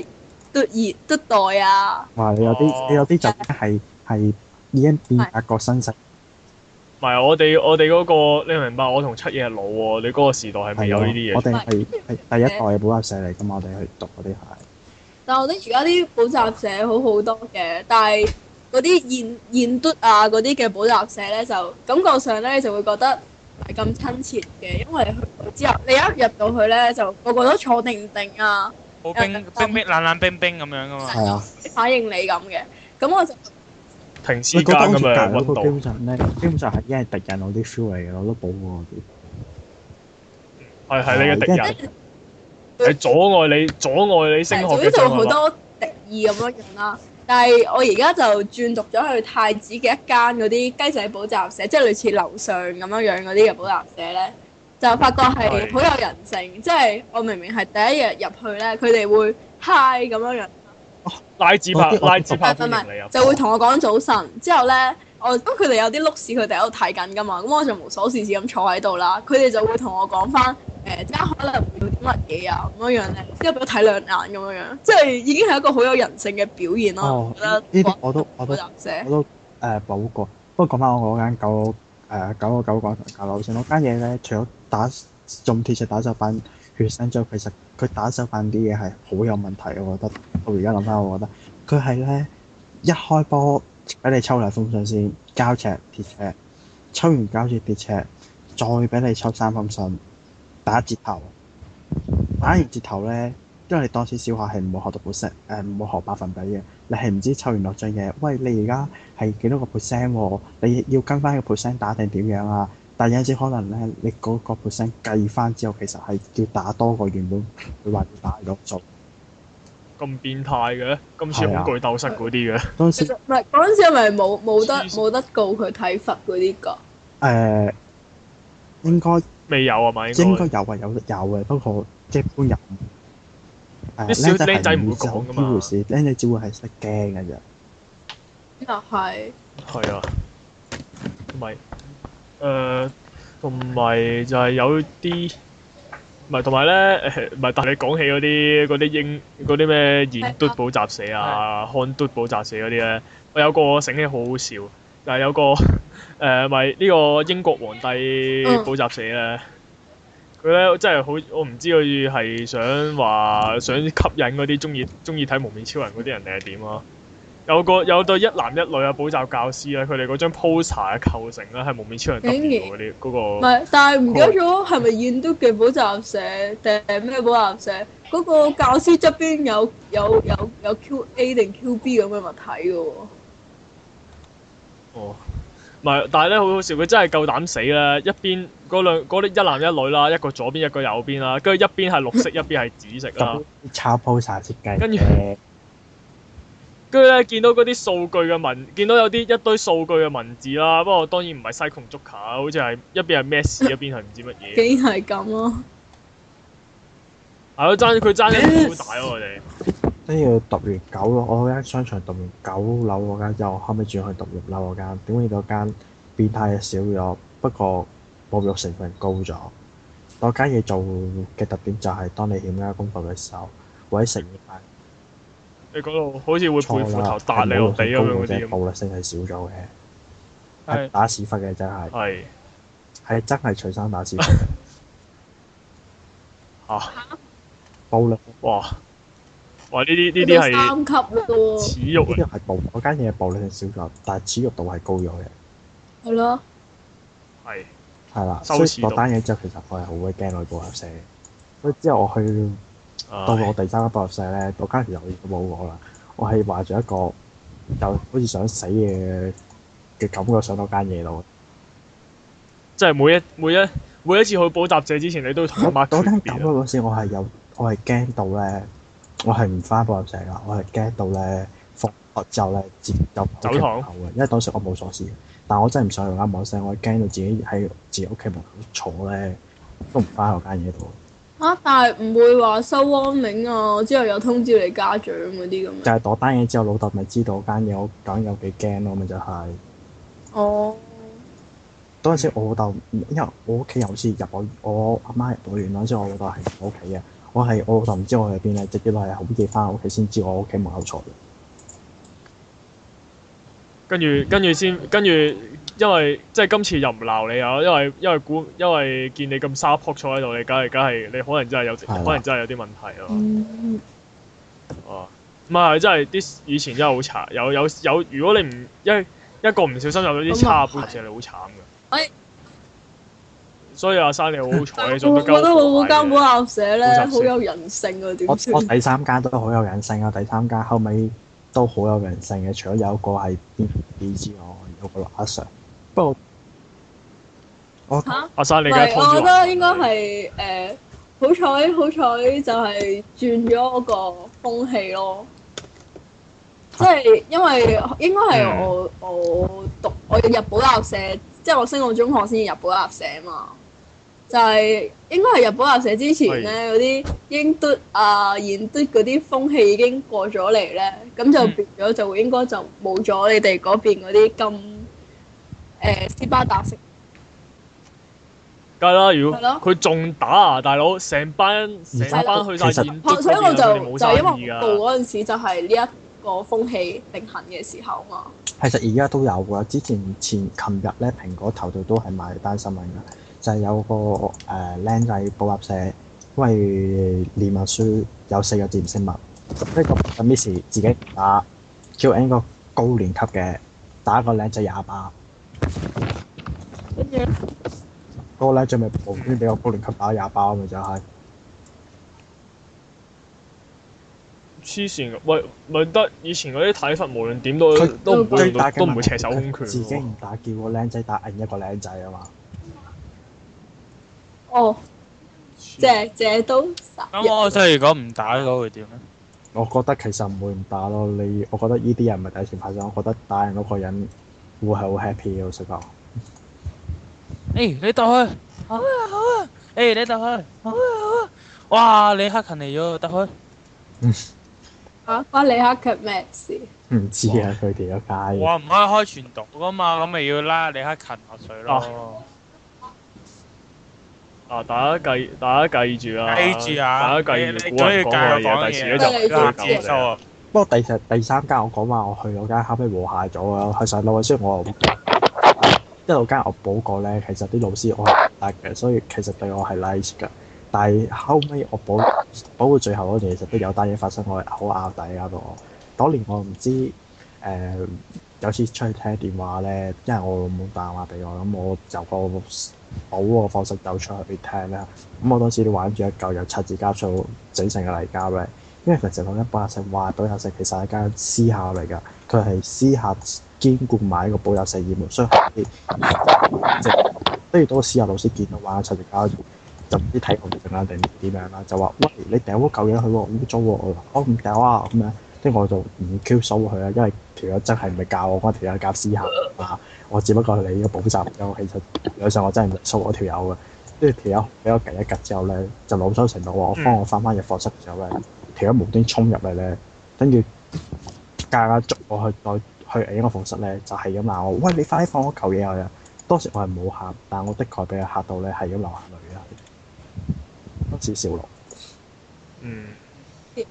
[SPEAKER 4] 嘟熱、嘟袋啊，
[SPEAKER 3] 話你有
[SPEAKER 1] 哦
[SPEAKER 3] 啲你有啲就係係已經變法國新世
[SPEAKER 1] 唔係我哋我哋嗰、個，你明唔明白？我同七爺係老喎，你嗰個時代係未
[SPEAKER 3] 係啊
[SPEAKER 1] 有呢
[SPEAKER 3] 咯
[SPEAKER 1] 啲嘢。
[SPEAKER 3] 我哋係係第一代嘅補習社嚟㗎嘛，我哋去讀嗰啲係。
[SPEAKER 4] 但我覺得而家啲補習社好好多嘅，但係嗰啲現現嘟啊嗰啲嘅補習社咧就感覺上咧就會覺得唔係咁親切嘅，因為去到之後你一入到去咧就個個都坐定定啊。
[SPEAKER 2] 好冰冰冰冷冷冰冰咁樣噶
[SPEAKER 5] Dạ.
[SPEAKER 2] 嘛。
[SPEAKER 3] 係啊。
[SPEAKER 4] 反應你咁嘅，咁我就
[SPEAKER 1] 停屍
[SPEAKER 3] 喂
[SPEAKER 1] 間咁啊嘅
[SPEAKER 3] 嗰個好似隔離
[SPEAKER 1] 温
[SPEAKER 3] 嗰個基
[SPEAKER 1] 度
[SPEAKER 3] 本上咧，基本上係已經係敵人我啲 feel 嚟嘅，我都補過嗰啲。
[SPEAKER 1] 係係你嘅敵
[SPEAKER 3] 係
[SPEAKER 1] 人，係阻礙你阻礙你升學
[SPEAKER 4] 成
[SPEAKER 1] 嘅
[SPEAKER 4] 日
[SPEAKER 1] 啊
[SPEAKER 4] 做
[SPEAKER 1] 障
[SPEAKER 4] 好
[SPEAKER 1] 礙物。
[SPEAKER 4] 多敵意咁樣樣啦。但係我而家就轉讀咗去太子嘅一間嗰啲雞仔補習社，即係類似樓上咁樣樣嗰啲嘅補習社咧，就發覺係
[SPEAKER 1] 係
[SPEAKER 4] 好有人性。即係我明明係第一日入去咧，佢哋會 hi 咁樣樣，
[SPEAKER 1] 拉子
[SPEAKER 3] 我
[SPEAKER 1] 拍
[SPEAKER 3] 知我
[SPEAKER 1] 拉子
[SPEAKER 3] 知
[SPEAKER 1] 拍
[SPEAKER 4] 唔係唔
[SPEAKER 1] 歡迎你啊！
[SPEAKER 4] 係就會同我講早晨。之後咧，我咁佢哋有啲碌士，佢哋喺度睇緊噶嘛，咁我就無所事事咁坐喺度啦。佢哋就會同我講翻誒即刻可能要啲乜嘢啊咁樣樣咧，之後俾我睇兩眼咁樣樣，即係已經係一個好有人性嘅表現咯。
[SPEAKER 3] 哦
[SPEAKER 4] 我覺得
[SPEAKER 3] 呢啲我都我都
[SPEAKER 4] 補習社
[SPEAKER 3] 我都誒補過。不過講翻我嗰間九誒九個九廣場教樓先，嗰間嘢咧，除咗打用鐵石打手板血腥之後，其實佢打手板啲嘢係好有問題嘅，我覺得。我而家諗翻，我覺得佢係咧一開波俾你抽兩封信先，膠尺、鐵尺，抽完膠尺、鐵尺，再俾你抽三封信，打折頭。打完折頭咧，因為你當時小學係唔會學到 percent，誒唔會學百分比嘅。你係唔知抽完落張嘢，喂，你而家係幾多個 percent 喎？你要跟翻個 percent 打定點樣啊？但有陣時可能咧，你嗰個 percent 計翻之後，其實係要打多過原本佢話要打嗰數。
[SPEAKER 1] 咁變態嘅，咁似
[SPEAKER 3] 係啊
[SPEAKER 1] 恐懼鬥室嗰啲嘅，
[SPEAKER 3] 當
[SPEAKER 4] 其
[SPEAKER 3] 時
[SPEAKER 4] 實唔係嗰陣時係咪冇冇得
[SPEAKER 1] 黐線
[SPEAKER 4] 冇得告佢體罰嗰啲㗎？
[SPEAKER 3] 誒應該
[SPEAKER 1] 未有啊嘛？
[SPEAKER 3] 應
[SPEAKER 1] 應
[SPEAKER 3] 該
[SPEAKER 1] 該
[SPEAKER 3] 有啊，有有嘅，不過一般有。誒
[SPEAKER 1] 啲小
[SPEAKER 3] 僆仔係
[SPEAKER 1] 僆仔唔會
[SPEAKER 3] 知道
[SPEAKER 1] 講㗎嘛
[SPEAKER 3] 呢回事僆仔只會係識驚嘅啫。
[SPEAKER 4] 又係
[SPEAKER 1] 係啊，同埋誒，同埋就係有啲。唔係，同埋 (laughs) 咧，誒唔係，但係你講起嗰啲嗰啲英嗰啲咩研嘟補習社啊、漢嘟補習社嗰啲咧，我有個醒起好好笑，就係有個 (laughs) 誒咪呢個英國皇帝補習社咧，佢咧真係好，我唔知佢係想話想吸引嗰啲中意中意睇蒙面超人嗰啲人定係點啊？有個有對一男一女嘅補習教師啊咧，佢哋嗰張 poster 嘅構成啊咧係蒙面超人 W 嗰啲嗰
[SPEAKER 4] 唔
[SPEAKER 1] 個
[SPEAKER 4] 係？但係唔記得咗係咪燕都嘅補習社定係咩補習社？嗰、個教師側邊有有有有 QA 定 QB 咁嘅物體嘅喎。
[SPEAKER 1] 哦，唔係，但係咧好好笑，佢真係夠膽死啦！一邊嗰兩嗰啲一男一女啦，一個左邊一個右邊啦，跟住一邊係綠色，一邊係紫色啊啦
[SPEAKER 3] (laughs) 咁。抄 poster 設計
[SPEAKER 1] 跟住
[SPEAKER 3] 嘅
[SPEAKER 1] 跟住咧見到嗰啲數據嘅文，見到有啲一堆數據嘅文字啦，不過當然唔係西窮足球，好似係一邊係咩事，一邊係唔知乜
[SPEAKER 4] (laughs)
[SPEAKER 1] 嘢。
[SPEAKER 4] 竟然係咁咯，
[SPEAKER 1] 係咯，爭佢爭一好大咯，我哋。
[SPEAKER 3] 跟住讀完九樓，我嗰間商場讀完九樓嗰間，又後尾轉去讀六樓嗰間，點解嗰間變態嘢少咗，不過侮辱成分高咗。嗰間嘢做嘅特點就係當你欠交功課嘅時候，或者食完
[SPEAKER 1] 你嗰度好似會
[SPEAKER 3] 飯
[SPEAKER 1] 背
[SPEAKER 3] 錯
[SPEAKER 1] 斧 (laughs) 頭
[SPEAKER 3] 啦，
[SPEAKER 1] 打你落地咁樣嗰啲
[SPEAKER 3] 嘅
[SPEAKER 1] 咁。
[SPEAKER 3] 暴力性係少咗嘅，
[SPEAKER 2] 係
[SPEAKER 3] 係打屎忽嘅真係，
[SPEAKER 1] 係
[SPEAKER 3] 係真係除衫打屎忽嘅
[SPEAKER 1] (laughs) 嚇！
[SPEAKER 3] 暴力，
[SPEAKER 1] 哇！哇！呢啲呢
[SPEAKER 4] 呢
[SPEAKER 1] 啲
[SPEAKER 4] 啲
[SPEAKER 1] 係
[SPEAKER 4] 三級咯喎，
[SPEAKER 1] 恥辱啊
[SPEAKER 3] 呢
[SPEAKER 1] 嚟。
[SPEAKER 3] 啲係啊暴，嗰間嘢暴力性少咗，但係恥辱度係高咗嘅。
[SPEAKER 4] 係咯。
[SPEAKER 1] 係
[SPEAKER 3] 係啦，
[SPEAKER 1] 羞
[SPEAKER 3] 所以
[SPEAKER 1] 恥到
[SPEAKER 3] 落單嘢之後，其實我係好鬼驚去補習社嘅。所以之後我去到
[SPEAKER 1] 唉
[SPEAKER 3] 我第三間補習社咧，嗰間其實我已經冇我啦。我係懷住一個就好似想死嘅嘅感覺上到間嘢度。
[SPEAKER 1] 即係每一每一每一次去補習社之前，你都要同阿媽
[SPEAKER 3] 嗰嗰間
[SPEAKER 1] 訣
[SPEAKER 3] 感
[SPEAKER 1] 別
[SPEAKER 3] 覺
[SPEAKER 1] 啊
[SPEAKER 3] 嗰時，我係有我係驚到咧，我係唔翻補習社啦，我係驚到咧放學之後咧自己就
[SPEAKER 1] 走堂
[SPEAKER 3] 嘅，因為當時我冇鎖匙，但我真係唔想用間網社，我係驚到自己喺自己屋企門口坐咧都唔翻嗰間嘢度。
[SPEAKER 4] 啊！但係唔會話收汪明啊，之後有通知你家長嗰啲咁
[SPEAKER 3] 就
[SPEAKER 4] 樣。
[SPEAKER 3] 係攞單嘢之後，老豆咪知道間嘢我究竟有幾驚咯，咪就係、
[SPEAKER 4] 哦，
[SPEAKER 3] 嗰陣時我老豆，因為我屋企有次入我我阿媽入我院嗰陣時，我老豆係唔喺屋企嘅，我係我老豆唔知我去邊咧，直接係好夜翻屋企先知我屋企門口坐。
[SPEAKER 1] 跟住跟住先，跟住因為即係今次又唔鬧你啊，因為因為估因為見你咁沙撲坐喺度，你梗係梗係你可能真係有
[SPEAKER 3] 係啦
[SPEAKER 1] 可能真係有啲問題啊。
[SPEAKER 4] 嗯，
[SPEAKER 1] 哦，唔係真係啲以前真係好慘，有有有，如果你唔一一個唔小心有咗啲
[SPEAKER 4] 啊
[SPEAKER 1] 差半嘢，你好慘㗎。
[SPEAKER 4] 哎
[SPEAKER 1] 所以阿生你好
[SPEAKER 4] (laughs)
[SPEAKER 1] 彩，
[SPEAKER 4] 我
[SPEAKER 1] 做
[SPEAKER 4] 覺
[SPEAKER 1] 得夠
[SPEAKER 4] 得好好間
[SPEAKER 1] 好
[SPEAKER 4] 補習社
[SPEAKER 1] 補
[SPEAKER 4] 咧，
[SPEAKER 1] 習社
[SPEAKER 4] 好有人性啊！
[SPEAKER 3] 我
[SPEAKER 4] 點
[SPEAKER 3] 我
[SPEAKER 4] 算？
[SPEAKER 3] 第三間都好有人性啊，第三間後尾都好有人性嘅，除咗有一個係邊邊之外，有個阿 Sir，不過我
[SPEAKER 4] 嚇
[SPEAKER 1] 阿生你
[SPEAKER 4] 唔
[SPEAKER 1] 而家
[SPEAKER 4] 係，
[SPEAKER 1] 拖住啊
[SPEAKER 4] 我覺
[SPEAKER 1] 我
[SPEAKER 4] 得應該係誒，好彩好彩就係轉咗嗰個風氣咯。即係因為應該係我我讀我入補習社，即係我升到中學先入補習社嘛。就係應該係入補習社之前咧，嗰啲英嘟啊、現嘟嗰啲風氣已經過咗嚟咧，咁就變咗就應該就冇咗你哋嗰邊嗰啲咁誒斯巴達式
[SPEAKER 1] 梗係啦，如果
[SPEAKER 4] 係咯
[SPEAKER 1] 佢仲打啊，大佬，成班成班去晒
[SPEAKER 3] 其實
[SPEAKER 1] 現
[SPEAKER 4] 所以我就
[SPEAKER 1] 啊
[SPEAKER 4] 就係因為
[SPEAKER 1] 㗎。
[SPEAKER 4] 我啊報嗰陣時就係呢一個風氣盛行嘅時候嘛。
[SPEAKER 3] 其實而家都有㗎，之前前琴日咧，蘋果頭條都係賣單新聞㗎，就係、有個誒僆仔補習社，因為連默書有四個字唔識默，咁呢個 miss 自己打，叫 N 個高年級嘅打個僆仔廿巴，
[SPEAKER 4] 跟住
[SPEAKER 3] 嗰、個僆仔咪無端端俾個高年級打廿巴咪就係、
[SPEAKER 1] 黐線㗎，喂，咪得以前嗰啲體罰，無論點都
[SPEAKER 3] 佢
[SPEAKER 1] 都唔會
[SPEAKER 3] 最
[SPEAKER 1] 用到
[SPEAKER 3] 大嘅
[SPEAKER 1] 都唔
[SPEAKER 3] 問
[SPEAKER 1] 會
[SPEAKER 3] 題
[SPEAKER 1] 赤手空拳
[SPEAKER 3] 自己
[SPEAKER 1] 喎。
[SPEAKER 3] 唔打，叫個僆仔打另一個僆仔啊嘛。
[SPEAKER 4] 哦，謝謝都殺人。
[SPEAKER 2] 咁我所以如果唔打嗰會點咧？
[SPEAKER 3] 我覺得其實唔會唔打咯，你我覺得呢啲人唔係第一次發生，我覺得打人嗰個人會係好 happy 嘅，老實講。
[SPEAKER 2] 誒，你鬥佢，好啊好啊！誒，你鬥佢，好啊好啊！哇，你黑勤嚟咗，鬥佢。
[SPEAKER 4] 啊，關李克強咩事？
[SPEAKER 3] 唔知啊，佢哋嗰街
[SPEAKER 2] 哇，唔可以開全毒噶嘛，咁咪要拉李克勤落水咯。
[SPEAKER 1] 啊！大家記，大家記住啊！
[SPEAKER 2] 記住啊！
[SPEAKER 1] 大家記
[SPEAKER 2] 你
[SPEAKER 1] 住
[SPEAKER 2] 你
[SPEAKER 1] 古
[SPEAKER 2] 總要
[SPEAKER 1] 人
[SPEAKER 2] 戒
[SPEAKER 1] 講嘅嘢，
[SPEAKER 2] 我講嘅
[SPEAKER 1] 第時
[SPEAKER 2] 嘢啊
[SPEAKER 1] 咧就唔
[SPEAKER 4] 你
[SPEAKER 1] 會
[SPEAKER 4] 知
[SPEAKER 1] 咁
[SPEAKER 2] 數
[SPEAKER 1] 嘅。
[SPEAKER 2] 啊！
[SPEAKER 3] 不過第十第三間我講話我去嗰間後尾和諧咗啊，去上路，雖然我又一路間我補過咧，其實啲老師我係唔得嘅，所以其實對我係 nice 㗎。但係後尾我補補到最後嗰段，其實都有單嘢發生，我係好拗底拗到我。當年我唔知誒、有次出去聽電話咧，因為我老母打電話俾我，咁我就個補個放室走出去聽啦。咁我當時都玩住一嚿由七字膠數整成嘅泥膠咧。因為其實講緊補習社話補習社其實係間私校嚟㗎，佢係私校兼顧埋呢個補習社業務，所以佢即係跟住到個私校老師見到話陳力家就唔知睇我哋定啦定點樣啦，就話喂你掉嗰嚿嘢去喎，污糟喎，我話我唔掉啊咁樣，跟住我就唔 Q 數佢啊啦，因為條友真係唔係教我，嗰條友教私校啊，我只不過係你嘅補習友，其實有時候我真係唔數嗰條友嘅。跟住條友俾我夾一夾之後咧，就老羞成怒話我幫我翻翻入課室之後咧，條友無端衝入嚟咧，跟住夾硬捉我去再去另一個課室咧，就係咁鬧我，喂你快啲放我嚿嘢我啊！當時我係冇喊，但我的確俾佢嚇到咧，係咁流下淚啊！當時笑落，
[SPEAKER 1] 嗯，
[SPEAKER 4] 喂，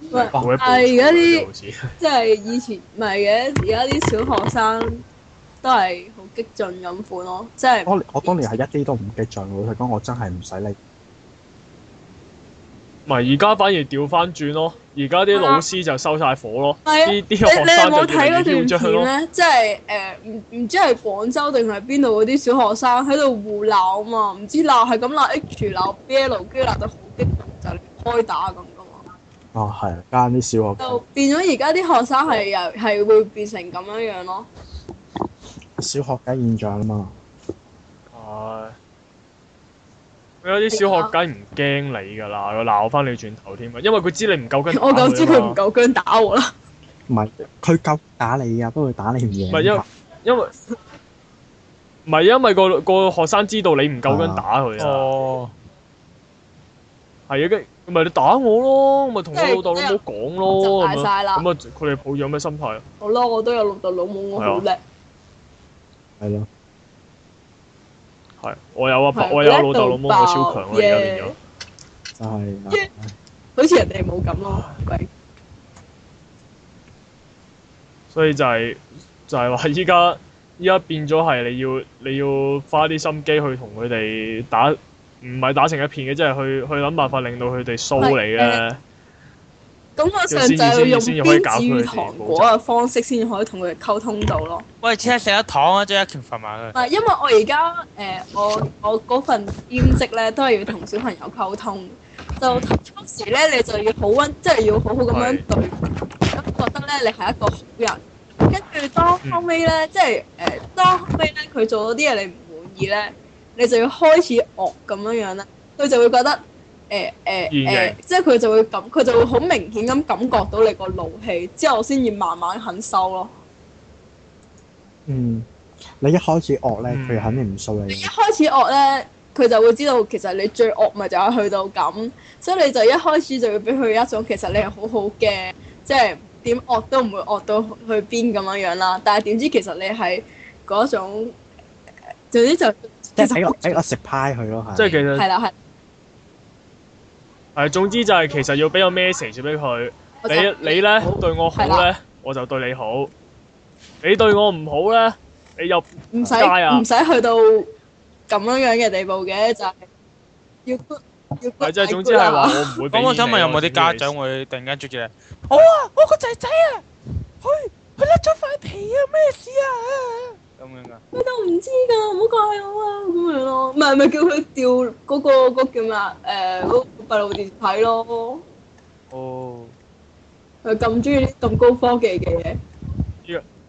[SPEAKER 1] 每一步
[SPEAKER 4] 但係而家啲
[SPEAKER 1] 都好似
[SPEAKER 4] 即係以前唔係嘅，而家啲小學生都係好激進咁款咯，即係
[SPEAKER 3] 我我當年係一啲都唔激進，老實講我真係唔使理。
[SPEAKER 1] 唔係而家反而調翻轉咯，而家啲老師就收晒火咯，
[SPEAKER 4] 係啊
[SPEAKER 1] 啲啲
[SPEAKER 4] 啊你你
[SPEAKER 1] 學
[SPEAKER 4] 有
[SPEAKER 1] 生
[SPEAKER 4] 冇
[SPEAKER 1] 就越嚟越
[SPEAKER 4] 睇
[SPEAKER 1] 囂
[SPEAKER 4] 嗰段
[SPEAKER 1] 張咯。
[SPEAKER 4] 片咧？啊即係誒，唔、唔知係廣州定係邊度嗰啲小學生喺度互鬧啊嘛，唔知鬧係咁鬧 H 鬧 B L，跟住鬧得好激動，就嚟開打咁噶嘛。
[SPEAKER 3] 哦，係間啲小學
[SPEAKER 4] 就變咗而家啲學生係又係會變成咁樣樣咯。
[SPEAKER 3] 小學雞現象啊嘛，
[SPEAKER 1] 唉，有啲小學雞唔驚你㗎啦，佢鬧翻你轉頭添啊，因為佢知你唔夠跟打
[SPEAKER 4] (laughs) 我就知佢
[SPEAKER 1] 嘛
[SPEAKER 4] 唔夠姜打我啦。
[SPEAKER 3] 唔係佢夠打你啊，不過佢打你唔
[SPEAKER 1] 唔係因
[SPEAKER 3] 贏
[SPEAKER 1] 為。因為唔係因為個個學生知道你唔夠姜打佢啊，
[SPEAKER 2] 哦，
[SPEAKER 1] 係啊，跟住咪你打我咯，咪同我老豆
[SPEAKER 4] 即
[SPEAKER 1] 老
[SPEAKER 4] 係
[SPEAKER 1] 母講
[SPEAKER 4] 就
[SPEAKER 1] 咯，
[SPEAKER 4] 大
[SPEAKER 1] 咁
[SPEAKER 4] 晒
[SPEAKER 1] 啊，
[SPEAKER 4] 啦
[SPEAKER 1] 咁啊，佢哋抱住咩心態啊？
[SPEAKER 4] 好啦，我都有老豆老母，我好叻。
[SPEAKER 3] 係咯，
[SPEAKER 1] 係，我有阿爸，
[SPEAKER 4] 係
[SPEAKER 1] 我有老豆老母，我
[SPEAKER 4] 叻到
[SPEAKER 1] 超強啊！而家變咗
[SPEAKER 4] 爆，
[SPEAKER 3] 就係、啊
[SPEAKER 4] 即好似人哋冇咁咯，鬼
[SPEAKER 1] 所以就係就係話依 (laughs) 家依家變咗係你要你要花啲心機去同佢哋打，唔係打成一片嘅，即係去去諗辦法令到佢哋騷你咧。
[SPEAKER 4] 咁我上就要用邊止與糖果嘅方式先可以同佢哋溝通到咯。
[SPEAKER 2] 喂，車食一糖啊，即係一拳罰埋佢。
[SPEAKER 4] 唔係因為我而家誒我我嗰份兼職咧都係要同小朋友溝通，就初時咧你就要好温，即嗯係要好好咁樣對佢，咁覺得咧你係一個好人。跟住當後尾咧，即係誒、呃、當後尾咧佢做咗啲嘢你唔滿意咧，你就要開始惡咁樣樣啦，佢就會覺得。誒誒
[SPEAKER 1] 現
[SPEAKER 4] 誒
[SPEAKER 1] 形，
[SPEAKER 4] 即係佢就會感，佢就會好明顯咁感覺到你個怒氣，之後先至慢慢肯收咯。
[SPEAKER 3] 嗯，你一開始惡咧，
[SPEAKER 1] 嗯
[SPEAKER 3] 佢肯定唔掃你
[SPEAKER 4] 一。開始惡咧，佢就會知道其實你最惡咪就係去到咁，所以你就一開始就要俾佢一種其實你係好好嘅，即係點惡都唔會惡到去邊咁樣樣啦。但係點知其實你係嗰種，總之就
[SPEAKER 3] 即係俾我俾我食派佢咯，係。
[SPEAKER 1] 即係其實
[SPEAKER 4] 係啦係，
[SPEAKER 1] 係總之就係其實要俾個 message 俾佢，
[SPEAKER 4] 我就
[SPEAKER 1] 你你咧對我好
[SPEAKER 4] 係
[SPEAKER 1] 咧，我就對你好；你對我唔好咧，你又
[SPEAKER 4] 唔使
[SPEAKER 1] 街啊
[SPEAKER 4] 唔使去到咁樣樣嘅地步嘅，就係要 good 要 good
[SPEAKER 1] 係即係總之
[SPEAKER 4] good
[SPEAKER 1] 係
[SPEAKER 4] 啦
[SPEAKER 1] 話我唔會俾面你
[SPEAKER 2] 咁
[SPEAKER 1] 咯。
[SPEAKER 2] 我想問有冇啲家長
[SPEAKER 1] 總
[SPEAKER 2] 會突然間捉住你？我啊，我個仔仔啊，佢佢甩咗塊皮啊，咩事啊？咁樣噶，
[SPEAKER 4] 我都唔知㗎，唔好怪我啊咁樣咯，唔係咪叫佢調嗰個嗰個叫咩啊？誒嗰個閉路電視睇咯，
[SPEAKER 2] 哦，
[SPEAKER 4] 佢咁中意啲咁高科技嘅嘢，
[SPEAKER 1] 之？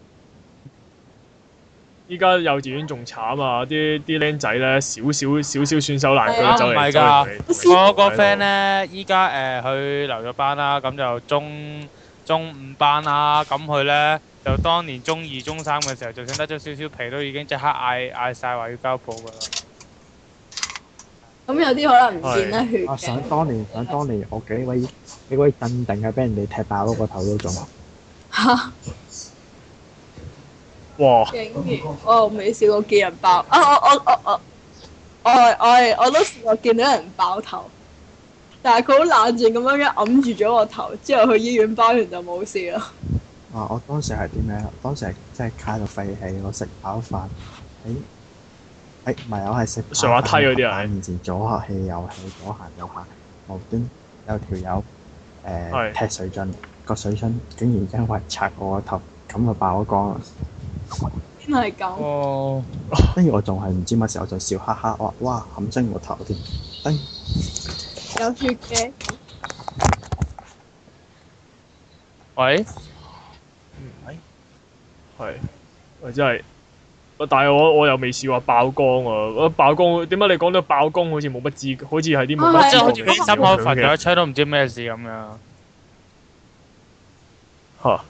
[SPEAKER 1] 依家幼稚園仲慘啊！啲啲僆仔咧，少少少少損手爛
[SPEAKER 4] 係啊
[SPEAKER 1] 腳走
[SPEAKER 2] 唔係
[SPEAKER 1] 嚟
[SPEAKER 2] 㗎
[SPEAKER 1] 走去同你
[SPEAKER 2] 我個 friend，咧，依家誒呃佢留咗班啦，咁就中中五班啦，咁佢咧就當年中二、中三嘅時候，就算得咗少少皮，都已經即刻嗌嗌晒話要交保噶啦。
[SPEAKER 4] 咁有啲可能唔見得血
[SPEAKER 3] 我
[SPEAKER 4] 嘅
[SPEAKER 3] 啊想。當年，想當年，我幾位幾位鎮定係俾人哋踢爆咗個頭都仲。
[SPEAKER 4] 嚇！
[SPEAKER 1] 哇！
[SPEAKER 4] 竟然我未試過見人爆啊！我我我我我係我係我都試過見到人爆頭，但係佢好冷靜咁樣樣揞住咗個頭，之後去醫院包完就冇事啦。
[SPEAKER 3] 啊！我當時係點樣？當時係真係卡到廢氣，我食飽飯喺喺唔係我係食飽飯
[SPEAKER 1] 上下梯嗰啲啊
[SPEAKER 3] 喺面前左下氣右氣，左行右行，無端有條友誒
[SPEAKER 1] 係
[SPEAKER 3] 踢水樽，個水樽竟然因為擦我個頭，咁就爆咗光啦。
[SPEAKER 4] 邊係咁？
[SPEAKER 2] 哦，
[SPEAKER 3] 跟住我仲係唔知乜時候就笑哈哈，我話哇冚親我頭添，跟
[SPEAKER 4] 有血嘅，
[SPEAKER 2] 喂，
[SPEAKER 1] 係，我真係，喂但係我我又未試過爆光啊！我爆光點解你講到爆光好似冇乜知，好似係啲冇
[SPEAKER 4] 啊
[SPEAKER 1] 乜
[SPEAKER 4] 係
[SPEAKER 2] 即係好似
[SPEAKER 1] 知
[SPEAKER 2] 佢
[SPEAKER 1] 覺
[SPEAKER 2] 啲
[SPEAKER 1] 嘅
[SPEAKER 2] 心口焚
[SPEAKER 1] 嘅
[SPEAKER 2] 咗一吹都唔知咩事咁樣。
[SPEAKER 1] 嚇，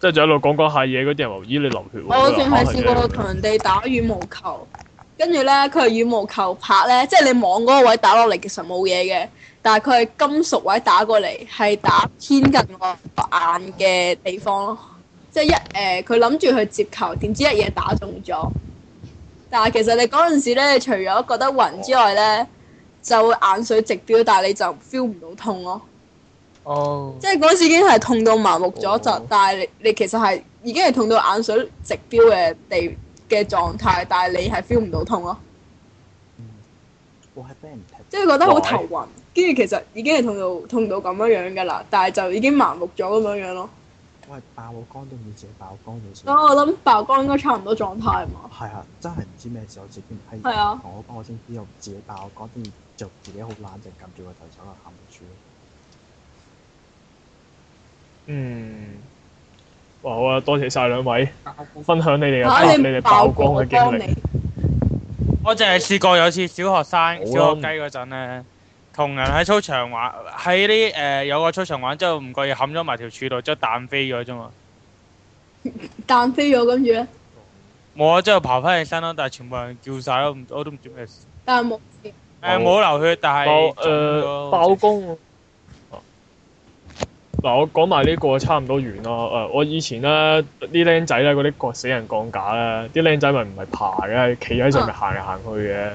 [SPEAKER 1] 即係仲喺度講講下嘢嗰啲人話：咦，你流血喎！
[SPEAKER 4] 我淨係試過同人哋打羽毛球，跟住咧佢係羽毛球拍咧，即係你網嗰個位打落嚟其實冇嘢嘅，但係佢係金屬位打過嚟，係打偏近我眼嘅地方咯。即係一誒，佢諗住去接球，點知一嘢打中咗。但係其實你嗰陣時咧，除咗覺得暈之外咧，就會眼水直飆，但係你就 feel 唔到痛咯。
[SPEAKER 2] 哦，
[SPEAKER 4] 即係嗰時已經係痛到麻木咗就，
[SPEAKER 1] 哦
[SPEAKER 4] 但係你你其實係已經係痛到眼水直飆嘅地嘅狀態，但係你係 feel 唔到痛咯，
[SPEAKER 3] 我係俾人踢
[SPEAKER 4] 即係覺得好頭暈，跟住其實已經係痛到痛到咁樣樣㗎啦，但係就已經麻木咗咁樣樣咯。
[SPEAKER 3] 我係爆個光都唔知自己爆光到先
[SPEAKER 4] 咁。我諗爆光應該差唔多狀態嘛。
[SPEAKER 3] 係啊，真係唔知咩事，我自己唔係
[SPEAKER 4] 係啊
[SPEAKER 3] 同我講，我先知道自己爆光，跟住就自己好冷靜撳住個頭走去冚住。
[SPEAKER 1] 嗯，哇好啊！多謝晒兩位分享你哋嘅
[SPEAKER 4] 嚇、
[SPEAKER 1] 啊爆你
[SPEAKER 4] 你
[SPEAKER 1] 哋爆光
[SPEAKER 4] 我
[SPEAKER 1] 嘅經
[SPEAKER 4] 幫
[SPEAKER 1] 歷。
[SPEAKER 4] 你，
[SPEAKER 2] 我淨係試過有次小
[SPEAKER 1] 好
[SPEAKER 2] 學生、小
[SPEAKER 1] 啊
[SPEAKER 2] 學雞嗰陣咧，同人喺操場玩，喺啲誒有個操場玩之後，唔覺意冚咗埋條柱度，即係彈飛咗啫嘛。
[SPEAKER 4] 彈飛咗，跟住咧，
[SPEAKER 2] 冇啊，之後爬翻起身咯，但係全部人叫晒咯，唔我都唔知咩事。
[SPEAKER 4] 但係冇事。
[SPEAKER 2] 誒
[SPEAKER 1] 冇
[SPEAKER 2] 冇流血，但
[SPEAKER 1] 爆
[SPEAKER 2] 係
[SPEAKER 1] 誒爆光喎。嗱，我講埋呢個差唔多完啦。誒、呃我以前咧啲僆仔咧，嗰啲割死人鋼架咧，啲僆仔咪唔係爬嘅，係企喺上面行嚟行去嘅。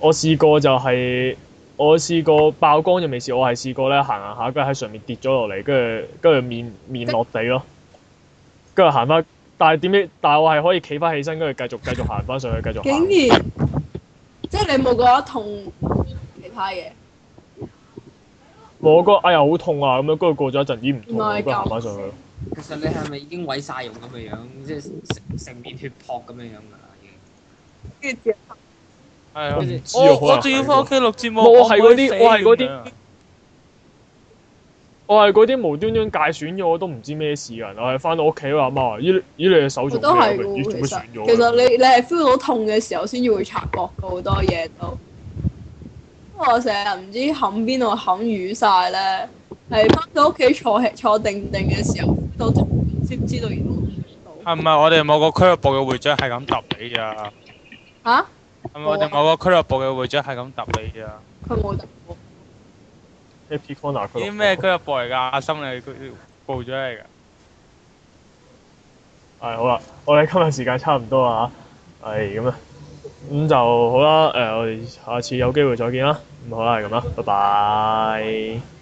[SPEAKER 1] 我試過就係、我試過爆光就未試，我係試過咧行行下，跟住喺上面跌咗落嚟，跟住跟住面面落地咯，跟住行翻。但係點知？但係我係可以企翻起身，跟住繼續繼續行翻上去，繼續
[SPEAKER 4] 竟
[SPEAKER 1] 行。
[SPEAKER 4] 然即係你冇覺得痛其他嘢，
[SPEAKER 1] 我嗰個哎呀好痛啊咁樣，跟住過咗一陣，咦唔痛啦，跟
[SPEAKER 4] 原來係
[SPEAKER 1] 住行
[SPEAKER 4] 咁
[SPEAKER 1] 翻上去咯。
[SPEAKER 5] 其實你係咪已經毀晒容咁嘅樣，即係成成面血泊咁樣樣㗎啦？已經
[SPEAKER 4] 跟住之
[SPEAKER 2] 係
[SPEAKER 4] 後
[SPEAKER 2] 啊
[SPEAKER 5] 跟住
[SPEAKER 1] 知啊可
[SPEAKER 2] 我
[SPEAKER 1] 能
[SPEAKER 2] 我
[SPEAKER 1] 係
[SPEAKER 2] 仲要翻屋企錄節目。
[SPEAKER 1] 冇我
[SPEAKER 2] 可
[SPEAKER 1] 係
[SPEAKER 2] 唔
[SPEAKER 1] 嗰
[SPEAKER 2] 可以
[SPEAKER 1] 啲
[SPEAKER 2] 死
[SPEAKER 1] 我係嗰
[SPEAKER 2] 咁樣
[SPEAKER 1] 啲，我係嗰啲無端端界選咗，我都唔知咩事嘅人。我係翻到屋企話阿媽話：咦你咦你隻手
[SPEAKER 4] 我
[SPEAKER 1] 做
[SPEAKER 4] 都
[SPEAKER 1] 咩啊？
[SPEAKER 4] 係
[SPEAKER 1] 咁
[SPEAKER 4] 喎，
[SPEAKER 1] 咦做
[SPEAKER 4] 其
[SPEAKER 1] 咩
[SPEAKER 4] 實
[SPEAKER 1] 損咗啊？
[SPEAKER 4] 其實你你係 feel 到痛嘅時候先至會察覺到好多嘢都。因為我成日唔知冚邊度冚瘀晒咧，係翻到屋企坐起坐定定嘅時候 feel 到痛先知道原來我痛到。
[SPEAKER 2] 係咪我哋某個俱樂部嘅會長係咁揼你咋？
[SPEAKER 4] 嚇、
[SPEAKER 2] 係咪我哋某個俱樂部嘅會長係咁揼你咋？
[SPEAKER 4] 佢冇揼我，
[SPEAKER 1] Happy Corner 啊佢
[SPEAKER 2] 啲咩俱樂部嚟㗎？阿心你佢報咗嚟㗎。
[SPEAKER 1] 係好啦，我哋今日時間差唔多啦嚇。係咁啊，咁就好啦。誒、我哋下次有機會再見啦。咁好啦，係咁啦，拜拜。